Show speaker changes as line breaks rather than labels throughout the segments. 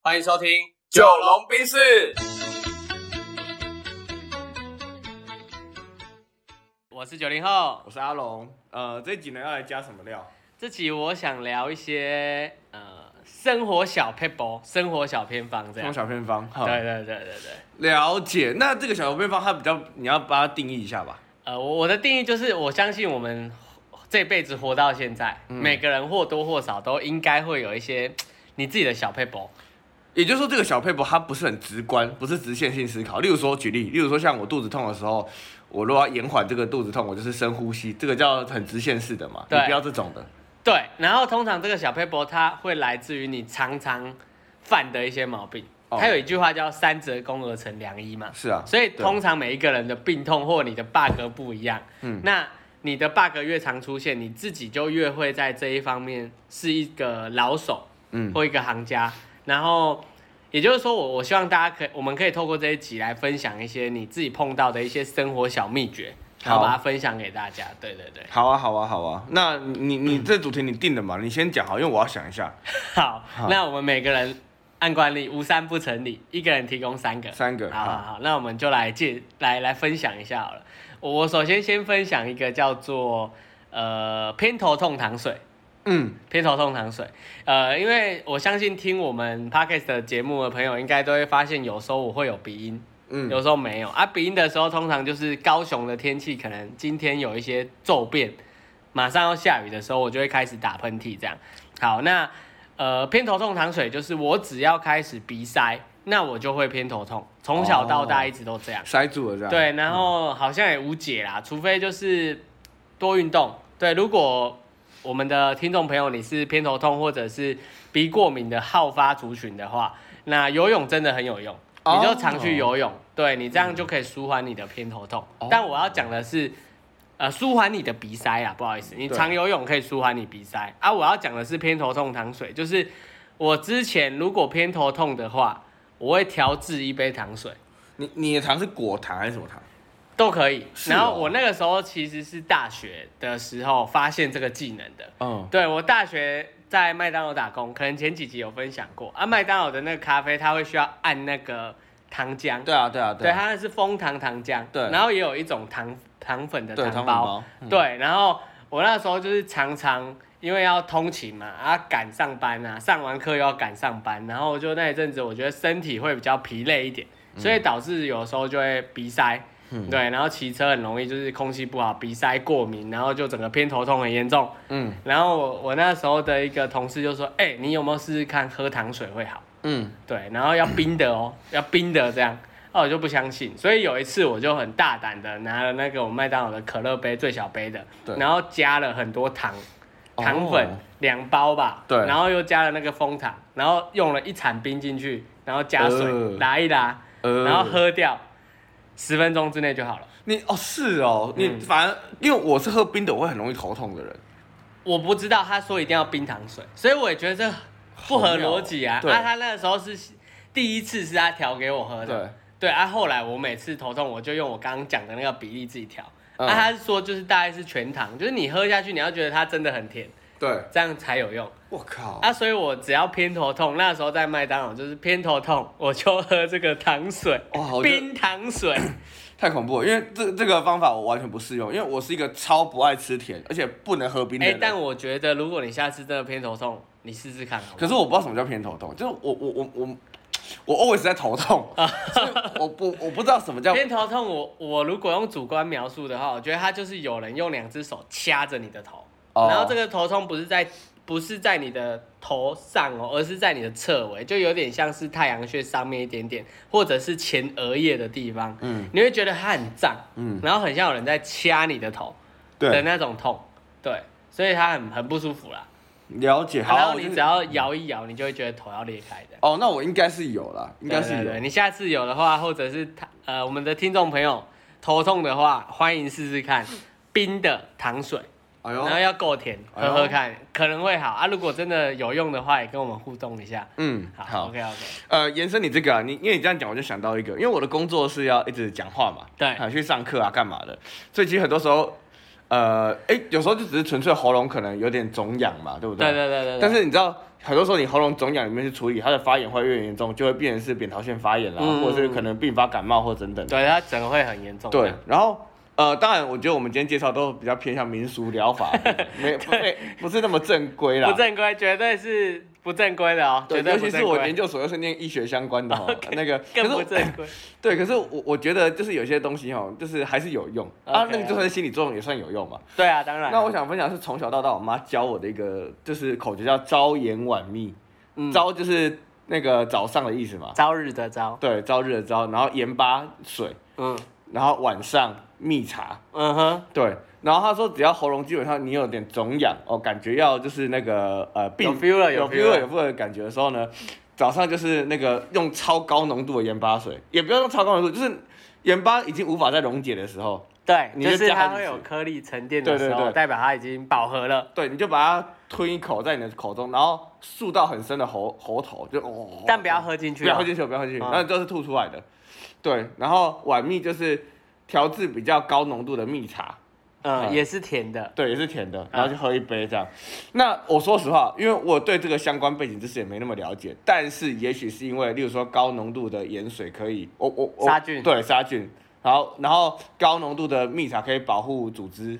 欢迎收听《
九龙冰室，
我是九零后
我。是阿龙。呃，这一集呢要来加什么料？
这集我想聊一些呃生活小 p e b l 生活小偏方这
用
样。
小偏方。哈
对，对对对对。
了解。那这个小偏方它比较，你要把它定义一下吧。
呃，我我的定义就是，我相信我们 这辈子活到现在，
嗯
每个人或多或少都应该会有一些 你自己的小 p e b l
也就是说，这个小配博它不是很直观，不是直线性思考。例如说，举例，例如说像我肚子痛的时候，我如果要延缓这个肚子痛，我就是深呼吸，这个叫很直线式的嘛。
对
你不要这种的。
对，然后通常这个小 p e b l 它会来自于你常常犯的一些毛病。
哦
它有一句话叫“三折肱而成良医”嘛，
是啊。
所以
对
通常每一个人的病痛或你的 bug 不一样，
嗯
那你的 bug 越常出现，你自己就越会在这一方面是一个老手，
嗯
或一个行家。然后也就是说我，我希望大家可以我们可以透过这一集来分享一些你自己碰到的一些生活小秘诀，然后
好
把它分享给大家。对对对，
好啊，好啊，好啊。那你
嗯
你你这主题你定的嘛？你先讲好，因为我要想一下。
好，
好
那我们每个人按惯例无三不成立，一个人提供三个。
三个
好好
好
好，那我们就来借来来分享一下好了。我我首先先分享一个叫做呃偏头痛糖水，
嗯，
偏头痛糖水。呃，因为我相信听我们 podcast 的节目的朋友，应该都会发现，有时候我会有鼻音，
嗯
有时候没有啊。鼻音的时候，通常就是高雄的天气，可能今天有一些骤变，马上要下雨的时候，我就会开始打喷嚏这样。好，那呃偏头痛糖水就是我只要开始鼻塞，那我就会偏头痛，从小到大
哦
一直都这样。
塞住了这样。嗯
对，然后好像也无解啦，除非就是多运动。对，如果我们的听众朋友你是偏头痛或者是鼻过敏的好发族群的话，那游泳真的很有用，
哦
你就常去游泳，对你这样就可以舒缓你的偏头痛。
嗯哦
但我要讲的是。呃，舒缓你的鼻塞啊啦，不好意思，你
对
常游泳可以舒缓你鼻塞啊。我要讲的是偏头痛糖水，就是我之前如果偏头痛的话，我会调制一杯糖水，
你你的糖是果糖还是什么糖？
都可以。
是哦
然后我那个时候其实是大学的时候发现这个技能的。
嗯，
对我大学在麦当劳打工，可能前几集有分享过啊。麦当劳的那个咖啡，它会需要按那个糖浆，
对啊，对啊，
对，
啊，
它那是枫糖糖浆，
对
然后也有一种糖糖粉的
对
糖
糖
包，
包，嗯
对，然后我那时候就是常常因为要通勤嘛，啊赶上班啊，上完课又要赶上班，然后就那一阵子我觉得身体会比较疲累一点，
嗯
所以导致有时候就会鼻塞，对，然后骑车很容易就是空气不好，鼻塞过敏，然后就整个偏头痛很严重。
嗯
然后我我那时候的一个同事就说，哎、你有没有试试看喝糖水会好？
嗯，
对，然后要冰的哦， 要冰的这样。哦，我就不相信，所以有一次我就很大胆的拿了那个我麦当劳的可乐杯最小杯的，
对
然后加了很多糖，糖粉
哦
两、包吧，
对
然后又加了那个枫糖，然后用了一铲冰进去，然后加水、
呃
拉一拉，
呃
然后喝掉，十分钟之内就好了。
你哦是哦，你
嗯
反正因为我是喝冰的，我会很容易头痛的人。
我不知道他说一定要冰糖水，所以我也觉得这不合逻辑啊。
好妙哦
那、
对
他那个时候是第一次是他调给我喝的，
对，
对啊，后来我每次头痛，我就用我刚刚讲的那个比例自己调。那、
嗯
他是说就是大概是全糖，就是你喝下去，你要觉得它真的很甜，
对，
这样才有用。
我靠，
啊，所以我只要偏头痛，那时候在麦当劳就是偏头痛，我就喝这个糖水，
哇，我觉得
冰糖水。
太恐怖了，因为这这个方法我完全不适用，因为我是一个超不爱吃甜，而且不能喝冰的
哎、
人。
但我觉得如果你下次真的偏头痛，你试试看好不
可
好。
是我不知道什么叫偏头痛，就是我我我我我 always 在头 痛，
啊
所以我不我不知道什么叫
偏头痛我，我如果用主观描述的话，我觉得它就是有人用两只手掐着你的头，
哦
然后这个头痛不是在不是在你的头上哦，而是在你的侧围，就有点像是太阳穴上面一点点，或者是前额叶的地方，
嗯
你会觉得它很胀，
嗯
然后很像有人在掐你的头的
对
那种痛，对，所以它很很不舒服啦。
了解好，
然后
我就
你
是
只要摇一摇，你就会觉得头要裂开的。
哦，那我应该是有啦，应该是
对对
有
对，。你下次有的话，或者是他呃我们的听众朋友头痛的话，欢迎试试看冰的糖水。
哎
然后
呦，
要够甜，
哎呦
喝喝看，可能会好啊。如果真的有用的话，也跟我们互动一下。
嗯，
好
好
o，k OK，
呃，延伸你这个啊，你因为你这样讲，我就想到一个，因为我的工作是要一直讲话嘛，
对
啊，去上课啊，干嘛的，所以其实很多时候，呃，哎、有时候就只是纯粹喉咙可能有点肿痒嘛，对不
对对对对对
但是你知道，很多时候你喉咙肿痒里面去处理，它的发炎会越严重，就会变成是扁桃腺发炎啦，
嗯
或者是可能并发感冒或等等的。
对，它整个会很严重。
对，然后呃，当然，我觉得我们今天介绍都比较偏向民俗疗法， 没不没不是那么正规啦。
不正规绝对是不正规的哦，
对，
绝对
尤
不
其
正
是我研
规，
究所又是念医学相关的 哦那个
更
可
不
是
正规。
对，可是我我觉得就是有些东西哦，就是还是有用啊，
OK
那个就算是心理作用也算有用嘛。
对啊，当然。
那我想分享是从小到大我妈教我的一个就是口诀叫朝言晚蜜，
嗯
朝就是那个早上的意思嘛，
朝日的朝，
对，朝日的朝，然后盐巴水，
嗯
然后晚上蜜茶，
嗯哼，
对，然后他说只要喉咙基本上你有点肿痒哦，感觉要就是那个呃病
有 feel 了
有
有
feel
feel
了
了
有 feel 的感觉的时候呢，早上就是那个用超高浓度的盐巴水，也不要用超高浓度，就是盐巴已经无法再溶解的时候，
对，
你就
就是
加
它
进
会
去
有颗粒沉淀的
对对
时
对哦
候，代表它已经饱和了。
对，你就把它吞一口在你的口中，然后漱到很深的喉喉头，就哦，
但不要喝进去哦，
不要喝进去，不要喝进去，
嗯
然后就是吐出来的。对，然后晚蜜就是调制比较高浓度的蜜茶，嗯
嗯，也是甜的。
对，也是甜
啊
的，然后就喝一杯这样。那我说实话，因为我对这个相关背景知识也没那么了解，但是也许是因为，例如说高浓度的盐水可以，我我我
杀菌
对杀菌，然后然后高浓度的蜜茶可以保护组织，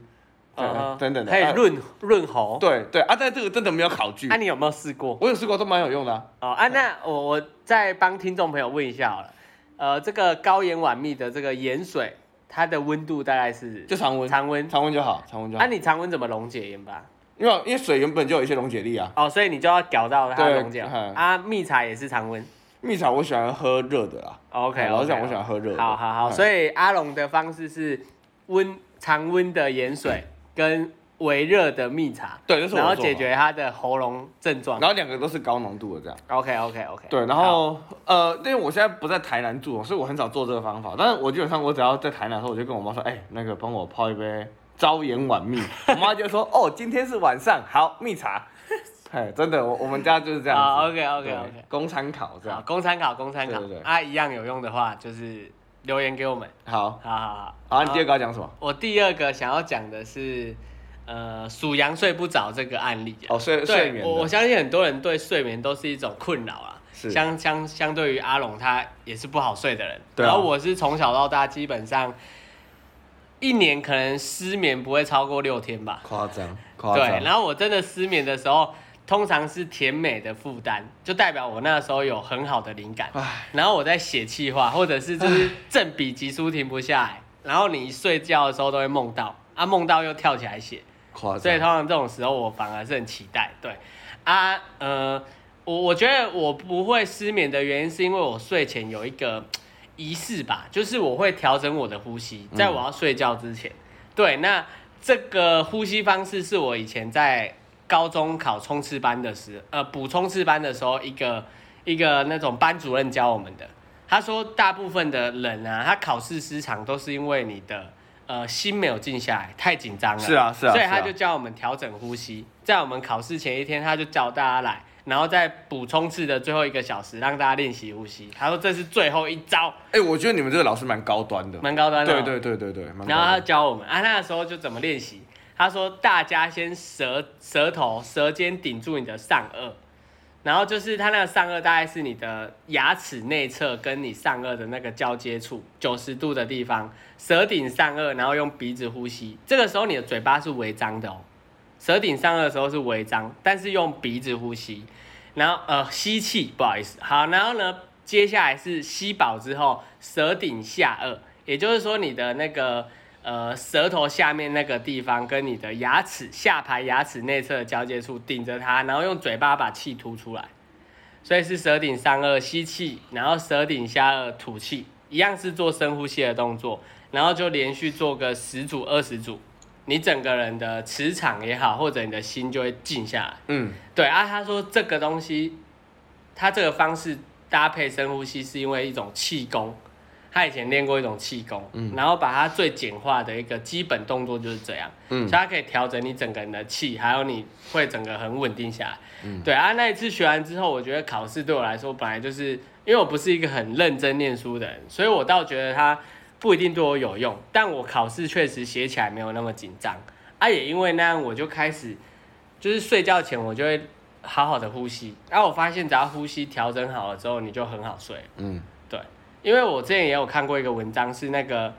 对
嗯哼
等等的，
可以
啊
润润喉。啊
对对啊，但这个真的没有考据
那，你有没有试过？
我有试过都蛮有用的啊、
哦啊，那我我再帮听众朋友问一下好了，呃，这个高盐碗蜜的这个盐水，它的温度大概是
就常温，
常温。
常温就好，常温就好，
啊，你常温怎么溶解盐巴？
因为因为水原本就有一些溶解力啊。
哦，所以你就要搅到它
对
溶解。
嗯
啊，蜜茶也是常温。
蜜茶我喜欢喝热的啦
OK，
老实讲
OK，
嗯我喜欢喝热的，
好好好，
嗯
所以阿龙的方式是温常温的盐水跟微热的蜜茶，
对，这是我
然后
的做法
解，决他的喉咙症状
然。后两个都是高浓度的这样。
OK OK OK。
对，然后呃，因为我现在不在台南住，所以我很少做这个方法。但是我基本上我只要在台南的时候，我就跟我妈说，哎、那个帮我泡一杯朝盐晚蜜。我妈就说，哦，今天是晚上，好蜜茶。 哎，真的，我我们家就是这样
好
子。
，OK OK
对
OK。
供参考这
好，
样。
供参考，供参考
对对对。
啊，一样有用的话就是留言给我们。
好，
好好好。
好，你第二个要讲什么？
我第二个想要讲的是，呃，数羊睡不着这个案例啊。
哦，睡睡
对，
眠
我我
的。
相信很多人对睡眠都是一种困扰啊。
是
相相相对于阿龙，他也是不好睡的人。
对啊
然后我是从小到大基本上一年可能失眠不会超过六天吧。
夸张，夸
对，
张。
然后我真的失眠的时候，通常是甜美的负担，就代表我那时候有很好的灵感。
唉，
然后我在写气话，或者是 就是正比急书停不下来，然后你睡觉的时候都会梦到，啊梦到又跳起来写，
夸
所以通
张。
常这种时候我反而是很期待，对，啊呃，我我觉得我不会失眠的原因是因为我睡前有一个仪式吧，就是我会调整我的呼
嗯
吸，在我要睡觉之前，对，那这个呼吸方式是我以前在高中考冲刺班的时，呃补冲刺班的时候一个一个那种班主任教我们的，他说大部分的人啊，他考试失常都是因为你的。呃，心没有静下来，太紧张了。
是啊是啊
所以
是啊
他就教我们调整呼吸，在我们考试前一天，他就叫大家来，然后在补冲刺的最后一个小时，让大家练习呼吸。他说这是最后一招，
哎、我觉得你们这个老师蛮高端的。
蛮高端的哦。
对对对对对，蛮高
然后他
端
就
的。
教我们啊，那时候就怎么练习。他说大家先舌舌头舌尖顶住你的上颚，然后就是他那个上颚大概是你的牙齿内侧跟你上颚的那个交接处九十度的地方，舌顶上颚，然后用鼻子呼吸。这个时候你的嘴巴是微张的哦，舌顶上颚的时候是微张，但是用鼻子呼吸。然后呃吸气，不好意思，好，然后呢，接下来是吸饱之后，舌顶下颚，也就是说你的那个呃舌头下面那个地方跟你的牙齿下排牙齿内侧的交界处顶着它，然后用嘴巴把气吐出来，所以是舌顶上颚吸气，然后舌顶下颚吐气，一样是做深呼吸的动作，然后就连续做个十组二十组，你整个人的磁场也好，或者你的心就会静下来。
嗯，
对啊，他说这个东西，他这个方式搭配深呼吸是因为一种气功，他以前练过一种气功，然后把它最简化的一个基本动作就是这样，
嗯
所以它可以调整你整个人的气，还有你会整个很稳定下来。对啊，那一次学完之后，我觉得考试对我来说本来就是因为我不是一个很认真念书的人，所以我倒觉得它不一定对我有用，但我考试确实写起来没有那么紧张。啊，也因为那样，我就开始就是睡觉前我就会好好的呼吸，然、啊、后我发现只要呼吸调整好了之后，你就很好睡了。
嗯，
对，因为我之前也有看过一个文章，是那个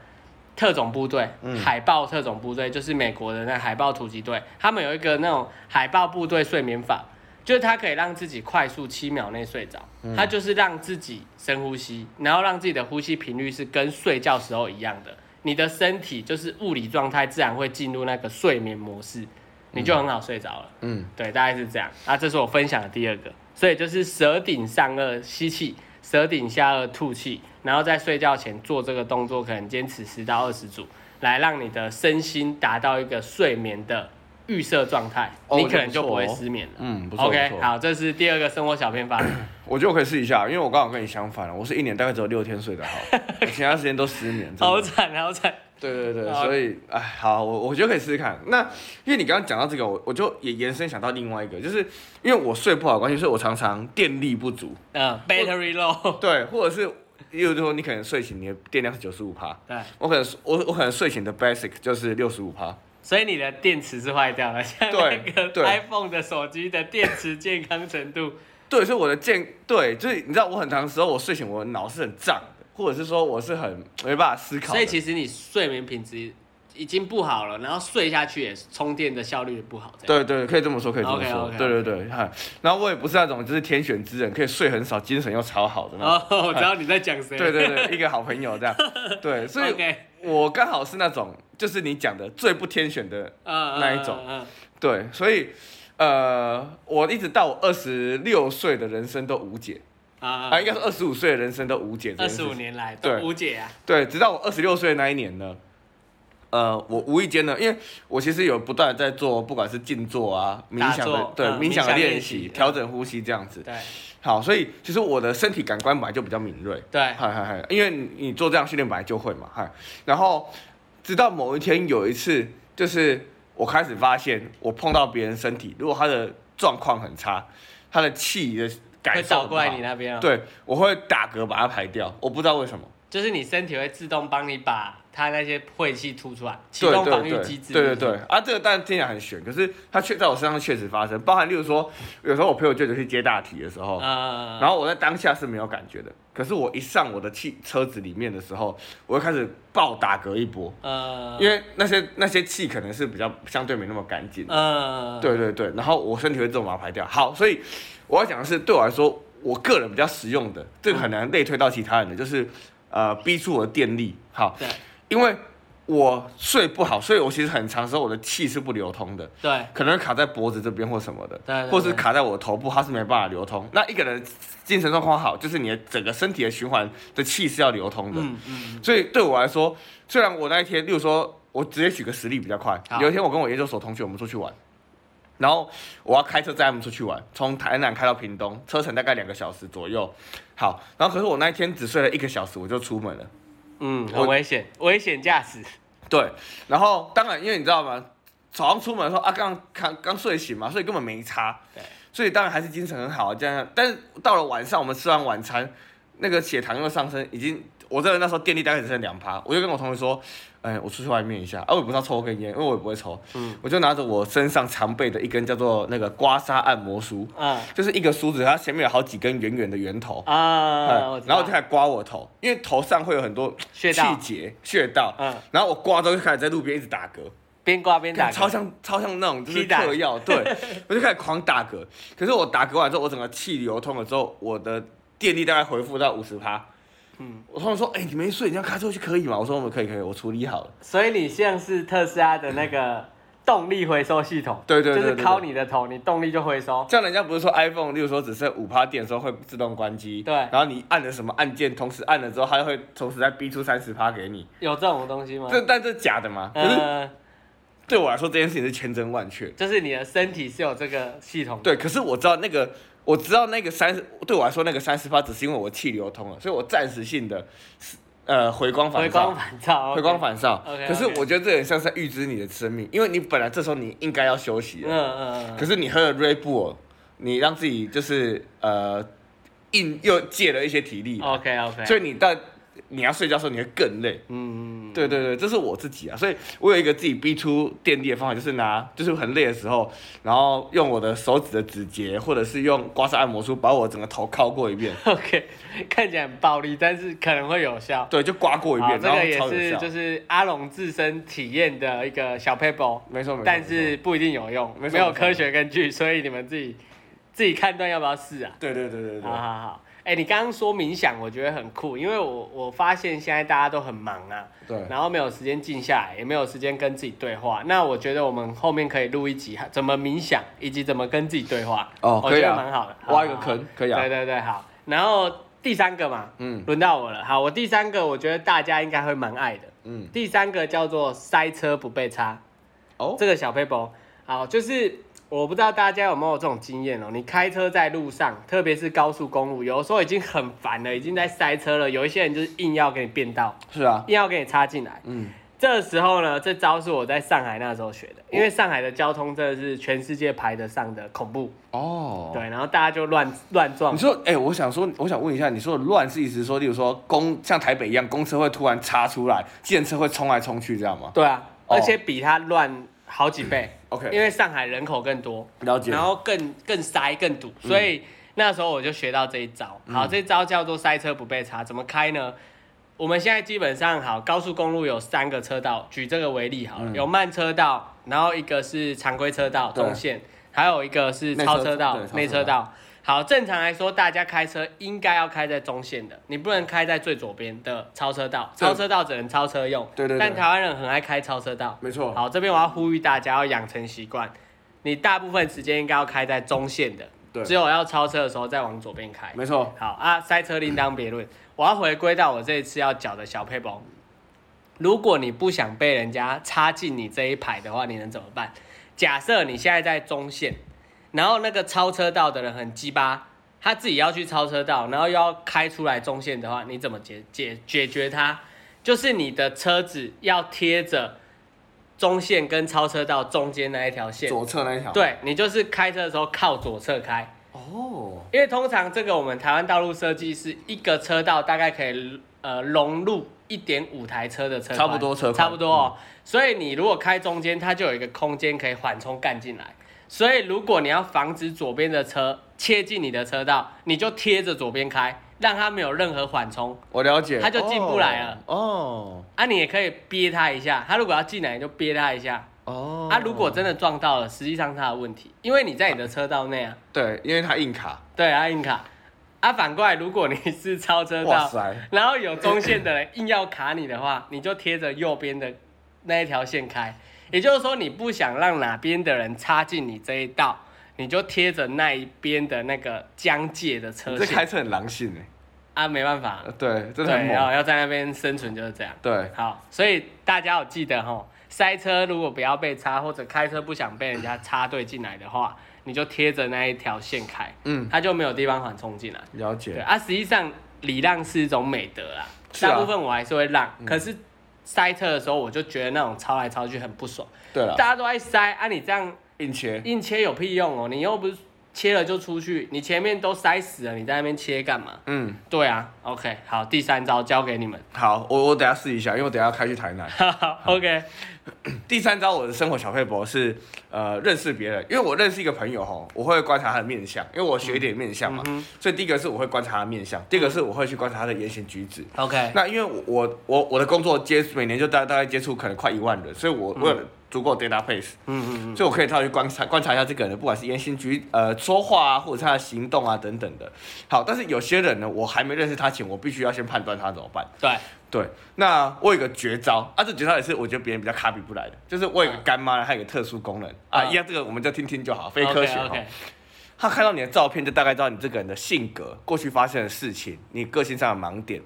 特种部队，
嗯
海豹特种部队，就是美国的那海豹突击队，他们有一个那种海豹部队睡眠法，就是它可以让自己快速七秒内睡着，它就是让自己深呼吸，然后让自己的呼吸频率是跟睡觉时候一样的，你的身体就是物理状态自然会进入那个睡眠模式，你就很好睡着了。
嗯，
对，大概是这样。啊，这是我分享的第二个，所以就是舌顶上颚吸气，舌顶下颚吐气，然后在睡觉前做这个动作，可能坚持十到二十组，来让你的身心达到一个睡眠的预设状态，
哦
你
这
可能
不
就
错
不会
哦
失眠了。
嗯不错
OK，
不错
好，这是第二个生活小 偏法。
我觉得我可以试一下，因为我刚好跟你相反了，我是一年大概只有六天睡得好， 我其他时间都失眠。真的
好惨，好惨。
对对对，
好
所以哎，好，我我觉得可以试试看。那因为你刚刚讲到这个，我我就也延伸想到另外一个，就是因为我睡不好的关系，所以我常常电力不足，
嗯，battery low。
对，或者是，例如说你可能睡醒你的电量是九十五趴，
对，
我可能我我可能睡醒的 basic 就是六十五趴，
所以你的电池是坏掉了，像那
对
个
对
iPhone 的手机的电池健康程度，
对，所以我的健对，就是你知道我很长时候我睡醒我的脑是很胀的，或者是说我是很没办法思考的，
所以其实你睡眠品质已经不好了，然后睡下去也是充电的效率也不好，这样。
对对，可以这么说，可以这么说
OK，OK，OK
对对对，哈。然后我也不是那种就是天选之人，可以睡很少，精神又超好的那种。
哦，我知道你在讲谁。
对对对，一个好朋友 这样。对，所以
OK，
我刚好是那种就是你讲的最不天选的，
嗯，
那一种
嗯，嗯
对，所以呃，我一直到我二十六岁的人生都无解
嗯
啊，
啊
应该是二十五岁的人生都无解这
呃二
件事
十
情。
五年来都
对
无解啊，
对，直到我二十六岁那一年呢，呃，我无意间呢，因为我其实有不断地在做，不管是静坐啊、冥
打
想的
坐，
对、
嗯
冥想
冥
的
想
练
练
习、
习
调整呼吸这样子。
对
好，所以其实我的身体感官本来就比较敏锐，
对
嗨嗨嗨，因为你你做这样训练本来就会嘛，嗨。然后直到某一天有一次，就是我开始发现，我碰到别人身体，如果他的状况很差，他的气的
会
感受
倒过来
不好
你，那边哦，
对我会打嗝把它排掉，我不知道为什么。
就是你身体会自动帮你把它那些晦气吐出来，启
对
动
对
防
对
御机制。
对对
是不是
对，啊，这个当然听起来很玄，可是它确在我身上确实发生，包含例如说，有时候我陪我舅舅去接大体的时候，
嗯，
然后我在当下是没有感觉的，可是我一上我的汽车子里面的时候，我会开始暴打嗝一波，
呃，
因为那些那些气可能是比较相对没那么干净，
呃，
对对对，然后我身体会自动把它排掉。好，所以我要讲的是，对我来说，我个人比较实用的，这个很难类推到其他人的，就是呃，逼出我的电力。好，
嗯对
因为我睡不好，所以我其实很长时候我的气是不流通的。
对
可能会卡在脖子这边或什么的，
对对对
或是卡在我头部，它是没办法流通。那一个人精神状况好，就是你的整个身体的循环的气是要流通的。
嗯嗯，
所以对我来说，虽然我那一天，例如说，我直接举个实例比较快
好。
有一天我跟我研究所同学我们出去玩，然后我要开车载他们出去玩，从台南开到屏东，车程大概两个小时左右。好，然后可是我那一天只睡了一个小时，我就出门了。
嗯，
我
很危险，危险驾驶，
对，然后当然因为你知道吗，早上出门的时候啊，刚刚刚睡醒嘛，所以根本没差。
对，
所以当然还是精神很好这样。但是到了晚上，我们吃完晚餐，那个血糖又上升，已经我真的那时候电力大概只剩两趴，我就跟我同学说，哎、我出去外面一下，啊，我也不知道抽根烟，因为我也不会抽，
嗯，
我就拿着我身上常备的一根叫做那个刮痧按摩梳，
嗯
就是一个梳子，它前面有好几根圆圆的圆头。
啊，
嗯然后我就
就
开始刮我头，因为头上会有很多
穴
气
道
结、穴道，
嗯
然后我刮之后就开始在路边一直打嗝，
边刮边打
干
嗝，
超像超像那种就是
踢打
嗑药， 对我就开始狂打嗝。可是我打嗝完之后，我整个气流通了之后，我的电力大概恢复到五十趴。
嗯，
我同学说：“哎、你没睡，你要开车去可以吗？”我说：“我们可以，可以，我处理好了。
所以你像是特斯拉的那个 动力回收系统，
对对对
就是
对
靠你的头，你动力就回”收。
这样人家不是说 iPhone，例如说只剩五趴电的时候会自动关机，
对
然后你按了什么按键，同时按了之后，它就会同时再逼出三十趴给你。
有这种东西吗？
这但这假的嘛？可是
呃，
对我来说，这件事情是千真万确的。
就是你的身体是有这个系统的。
对，可是我知道那个，我知道那个三十，对我来说那个三十八只是因为我气流通了，所以我暂时性的，呃，回光返
回光
照。
返照，
回光。返照
OK，OK
可是我觉得这很像是在预知你的生命，因为你本来这时候你应该要休息
嗯
了，
嗯
可
嗯。
是你喝了 Red Bull，你让自己就是呃，硬又借了一些体力，
哦 OK OK。
所以你到你要睡觉的时候你会更累。
嗯，
对对对，这是我自己啊，所以我有一个自己逼出电力的方法，就是拿，就是很累的时候，然后用我的手指的指节，或者是用刮痧按摩术，把我整个头敲过一遍，
OK，看起来很暴力，但是可能会有效。
对，就刮过一
好，
遍，
这
然后
个也
超有
是
效。
就是阿龙自身体验的一个小 paper，
没错没错，
但
没
是不一定有用，
没错
没有
没错
科学根据，所以你们自己自己判断要不要试啊
错。对对对对对
好，好好，哎、你刚刚说冥想，我觉得很酷，因为我我发现现在大家都很忙啊，
对
然后没有时间静下来，也没有时间跟自己对话。那我觉得我们后面可以录一集怎么冥想，以及怎么跟自己对话。
哦
我
可以
觉得
啊
蛮好的，
挖一个
好
坑可以啊
对对对，好。然后第三个嘛，
嗯
轮到我了。好，我第三个我觉得大家应该会蛮爱的。
嗯，
第三个叫做塞车不被插，
哦，
这个小 paper 好，就是我不知道大家有没有这种经验哦，你开车在路上，特别是高速公路，有的时候已经很烦了，已经在塞车了，有一些人就是硬要给你变道，
是啊，
硬要给你插进来。
嗯，
这时候呢，这招是我在上海那时候学的，因
哦
为上海的交通真的是全世界排得上的恐怖，
哦，
对，然后大家就乱乱撞
你，说，哎、我想说，我想问一下，你说的乱是意思是说，例如说公像台北一样，公车会突然插出来，计程车会冲来冲去，这样吗
对啊，
哦嗯
而且比它乱好几倍，因
？OK，
为上海人口更多，
了解。嗯
然后更更塞更堵，所以那时候我就学到这一招。好，这招叫做塞车不被插，怎么开呢？我们现在基本上好，高速公路有三个车道，举这个为例好了，
嗯
有慢车道，然后一个是常规车道
对
中线，还有一个是
内
超
车
车道
对超
内
车
车
道
道。好，正常来说，大家开车应该要开在中线的，你不能开在最左边的超车道，
对
超车道只能超车用。
对对对
但台湾人很爱开超车道，
没错，
好，这边我要呼吁大家要养成习惯，你大部分时间应该要开在中线的，
对
只有要超车的时候再往左边开。
没错，
好啊，塞车另当别论。我要回归到我这一次要缴的小配包。如果你不想被人家插进你这一排的话，你能怎么办？假设你现在在中线，然后那个超车道的人很鸡巴，他自己要去超车道，然后又要开出来中线的话，你怎么解解解决他？就是你的车子要贴着中线跟超车道中间那一条线，
左侧那一条。，
对你就是开车的时候靠左侧开，
哦，
因为通常这个我们台湾道路设计是一个车道大概可以呃容入一点五台车的车宽，
差不多车宽嗯
差不多哦。所以你如果开中间，它就有一个空间可以缓冲干进来。所以如果你要防止左边的车切进你的车道，你就贴着左边开，让它没有任何缓冲。
我了解。
他就进不来了。
哦
啊，你也可以憋它一下，它如果要进来，你就憋它一下。
哦，
啊，如果真的撞到了，实际上它的问题，因为你在你的车道内啊。
对，因为他硬卡。
对啊，硬卡。啊，反过来，如果你是超车
哇
道，
塞，
然后有中线的人硬要卡你的话， 你就贴着右边的那一条线开。也就是说，你不想让哪边的人插进你这一道，你就贴着那一边的那个疆界的
你
车
这开
线。
车很狼性哎。
啊，没办法，
呃对，真的很
对，要
猛。
要在那边生存就是这样。
对，
好，所以大家有记得吼，塞车如果不要被插，或者开车不想被人家插队进来的话，你就贴着那一条线开，
嗯，
它就没有地方缓冲进来。
了
对
解。
啊，实际上礼让是一种美德啦，
是啊嗯
大部分我还是会让，可是塞车的时候我就觉得那种超来超去很不爽，
对了，
大家都在塞啊，你这样
硬切。
硬切有屁用哦，你又不是切了就出去，你前面都塞死了，你在那边切干嘛？
嗯，
对啊，OK，好，第三招交给你们
好，我我等一下试一下，因为我等一下要开去台南。
哈哈，OK，
第三招我的生活小佩博是，呃，认识别人，因为我认识一个朋友吼，我会观察他的面相，因为我学一点面相嘛，
嗯
所以第一个是我会观察他的面相，第二个是我会去观察他的言行举止。
OK，
那因为我我我我的工作接每年就大大概接触可能快一万人，所以我我有足够的 database，
嗯嗯嗯，
所以我可以稍微观察观察一下这个人，不管是言行举呃说话啊，或者是他的行动啊等等的。好，但是有些人呢，我还没认识他前，我必须要先判断他怎么办。
对，
对，那我有一个绝招啊，这绝招也是我觉得别人比较卡比不来的，就是我有一个干妈，她有一个特殊功能啊，
嗯
一样这个我们就听听就好，非科学哦哈
OK，OK，。
她看到你的照片就大概知道你这个人的性格、过去发生的事情、你个性上的盲点，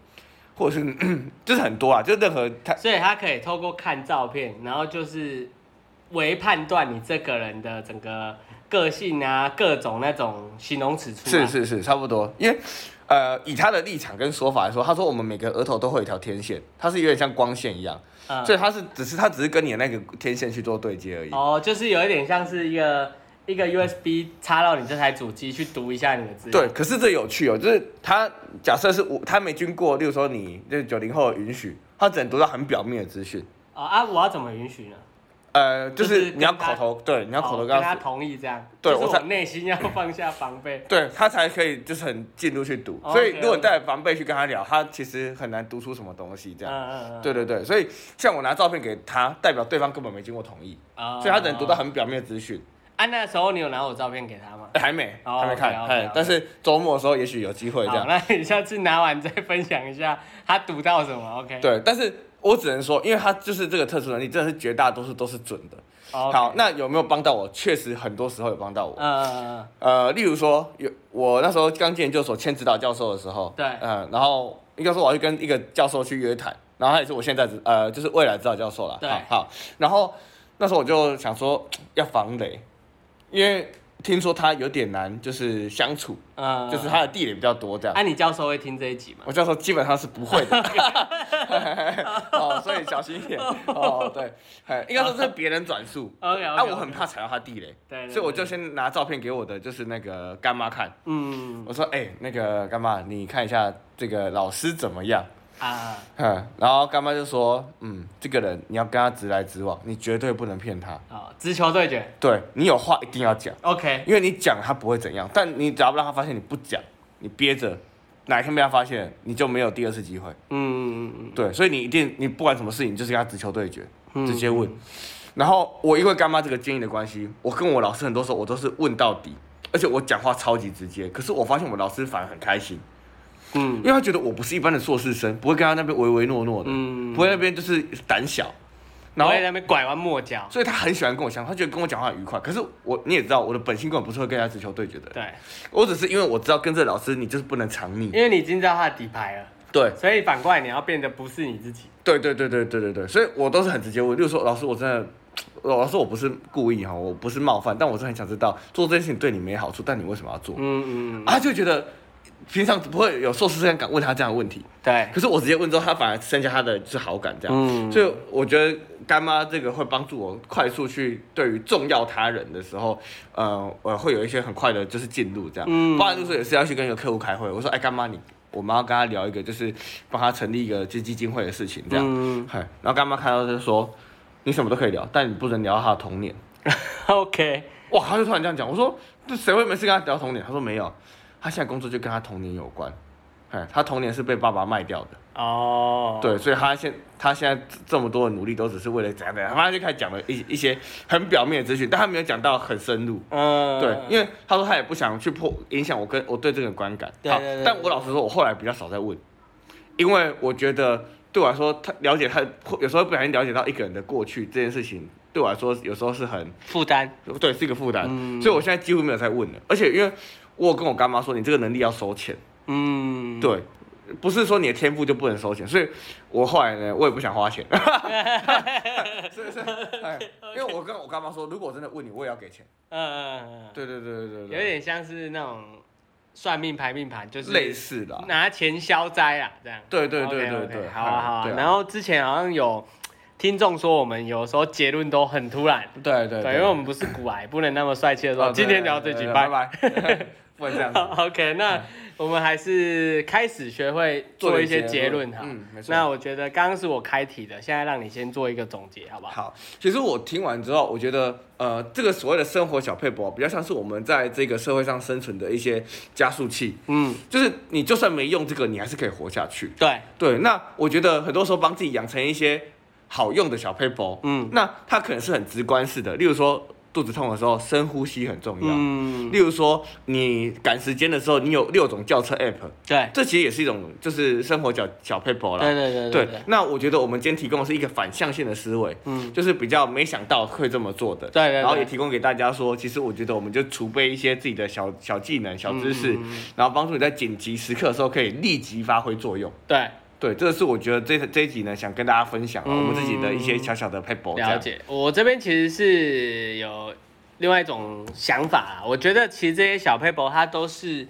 或者是 就是很多啊，就任何她
所以他可以透过看照片，然后就是为判断你这个人的整个个性啊，各种那种形容词出来。
是是是，差不多。因为呃，以他的立场跟说法来说，他说我们每个额头都会有一条天线，它是有点像光线一样，
嗯哦
所以他是只是他只是跟你的那个天线去做对接而已。
哦，就是有一点像是一个一个 USB 插到你这台主机去读一下你的资料。
对，可是这有趣哦，就是他假设是五，他没经过，例如说你就是九零后的允许，他只能读到很表面的资讯。
哦啊，我要怎么允许呢？
呃，就
就是
是
跟
你要
他
口头，对，你要口头
哦
跟
跟
他
他
说，
同意这样，
对
就是
我
我
才
内心要放下防 备。
对他才可以就是很进入去读。
哦
所以
OK，OK
如果你带着防备去跟他聊，他其实很难读出什么东西这
嗯
样。
嗯嗯，
对对对，所以像我拿照片给他，代表对方根本没经过同意，
哦，
所以他只能读到很表面的资讯。
啊，那时候你有拿我照片给他吗？
哎还没，
哦
还没看，
OK，OK，
哎
OK，
但是周末的时候也许有机会这
好，
样。
哦那你下次拿完再分享一下他读到什么，OK？
对，但是我只能说，因为他就是这个特殊能力，真的是绝大多数都是准的。
哦，OK，
好，那有没有帮到我？确实很多时候有帮到我。
嗯嗯
呃，例如说，有我那时候刚进研究所签指导教授的时候，
对
呃，然后应该说我要去跟一个教授去约谈，然后他也是我现在指呃就是未来指导教授啦，
对
好，好，然后那时候我就想说要防雷，因为听说他有点难，就是相处，
嗯嗯，
就是
他。
他的地点比较多这样。
啊，你教授会听这一集吗？
我教授基本上是不会 的， 哦，所以小心一点哦。对，哎应该说是别人转述，
OK，
啊，我很怕踩到他地雷，
对对对
所以我就先拿照片给我的就是那个干妈看，
嗯
我说哎、那个干妈，你看一下这个老师怎么样？
啊，
哼，然后干妈就说，嗯，这个人你要跟他直来直往，你绝对不能骗他，
好，哦直球对决
对你有话一定要讲，
，OK，
因为你讲他不会怎样，但你只要不让他发现你不讲，你憋着，哪一天被他发现，你就没有第二次机会。
嗯嗯
对，所以你一定你不管什么事情，你就是跟他直球对决，
嗯
直接问。然后我因为干妈这个建议的关系，我跟我老师很多时候我都是问到底，而且我讲话超级直接。可是我发现我老师反而很开心，
嗯
因为他觉得我不是一般的硕士生，不会跟他那边唯唯诺诺的，
嗯
不会那边就是胆小。然
然后
后，
在那边拐弯抹角，
所以他很喜欢跟我相处，他觉得跟我讲话很愉快。可是我你也知道，我的本性根本不是会跟人家直球对决的人，
对，
我只是因为我知道跟这老师你就是不能藏匿。
因为你已经知道他的底牌了，
对，
所以反过来你要变得不是你自己，
对对对对对对对，所以我都是很直接问，例如说老师我真的，老师我不是故意哈，我不是冒犯，但我是很想知道做这件事情对你没好处，但你为什么要做？
嗯嗯，嗯
啊，他就觉得平常不会有硕士生敢问他这样的问题，
对，
可是我直接问之后，他反而增加他的就是好感这样，
嗯
所以我觉得干妈这个会帮助我快速去对于重要他人的时候，呃，我会有一些很快的就是进入这样，
嗯
包含就是也是要去跟一个客户开会，我说哎干妈你，我们要跟他聊一个就是帮他成立一个基基金会的事情这样。
嗯
嗨，然后干妈看到就说，你什么都可以聊，但你不能聊他的童年。
，OK，
哇，他就突然这样讲，我说这谁会没事跟他聊童年？他说没有，他现在工作就跟他童年有关。哎，他童年是被爸爸卖掉的，
哦，
对，所以他现他现在这么多的努力都只是为了怎样怎样，他就开始讲了一一些很表面的资讯，但他没有讲到很深入。
嗯，
对，因为他说他也不想去破影响我跟我对这个观感。
对
好
对对
但我老实说，我后来比较少在问，因为我觉得对我来说，他了解他有时候不小心了解到一个人的过去这件事情，对我来说有时候是很
负担，
对是一个负担，
嗯
所以我现在几乎没有在问了。而且因为我有跟我干妈说，你这个能力要收钱，
嗯，
对。不是说你的天赋就不能收钱，所以我后来呢，我也不想花 钱，是是，哎，因为我跟我干妈说，如果我真的问你，我也要给钱。
嗯，嗯，嗯
对对对对对
嗯
对，
有点像是那种算命排命盘，就是
类似啊啦。
拿钱消灾啊，这样。
对对对
OK，OK，
对对
好啊好啊。
对啊
然后之前好像有听众说，我们有时候结论都很突然，
对哦对
对，因为我们不是古癌，不能那么帅气的说，今天聊这几
拜
拜。
拜， 不能这样 子
OK，那我们还是开始学会做一些结论哈。
嗯，没错。
那我觉得刚刚是我开题的，现在让你先做一个总结，好不好？
好，其实我听完之后，我觉得呃，这个所谓的生活小配博，比较像是我们在这个社会上生存的一些加速器，
嗯，
就是你就算没用这个，你还是可以活下去。
对，
对，那我觉得很多时候帮自己养成一些好用的小 paper，
嗯
那它可能是很直观式的，例如说肚子痛的时候深呼吸很重要，
嗯，
例如说你赶时间的时候，你有六种轿车 app，
对，
这其实也是一种就是生活小小 paper 啦。
对对对
对
对，
那我觉得我们今天提供的是一个反向性的思维，
嗯，
就是比较没想到会这么做的，
对对对
然后也提供给大家说，其实我觉得我们就储备一些自己的小小技能、小知识，
嗯嗯
然后帮助你在紧急时刻的时候可以立即发挥作用。
对，
对，这个是我觉得这这一集呢，想跟大家分享啊、
嗯
我们自己的一些小小的 paper。
了，解，我这边其实是有另外一种想法啊。我觉得其实这些小 paper 它都是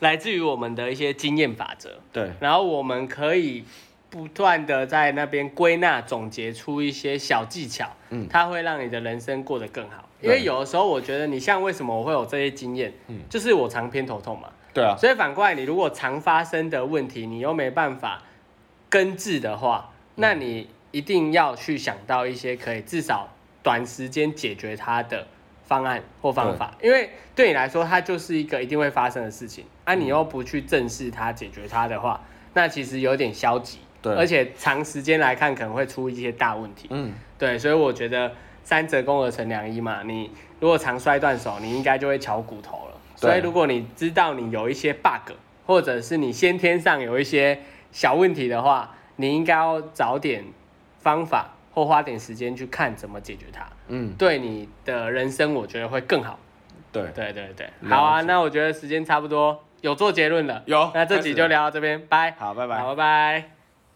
来自于我们的一些经验法则，
对
然后我们可以不断的在那边归纳总结出一些小技巧，
嗯
它会让你的人生过得更好。
对嗯
因为有的时候我觉得你像为什么我会有这些经验，就是我常偏头痛嘛，
对啊，
所以反过来你如果常发生的问题，你又没办法根治的话，那你一定要去想到一些可以至少短时间解决它的方案或方法，因为对你来说它就是一个一定会发生的事情，啊，你又不去正视它、解决它的话，那其实有点消极，
对
而且长时间来看可能会出一些大问题，
嗯，
对，所以我觉得三折肱而成良医嘛，你如果常摔断手，你应该就会敲骨头了。
对
所以如果你知道你有一些 bug，或者是你先天上有一些小问题的话，你应该要找点方法或花点时间去看怎么解决它，
嗯，
对你的人生我觉得会更好。
对，
对对对，
了
好啊，
解
那我觉得时间差不多，有做结论了，
有
那这集就聊到这边，拜，
好，拜拜。
好，拜拜。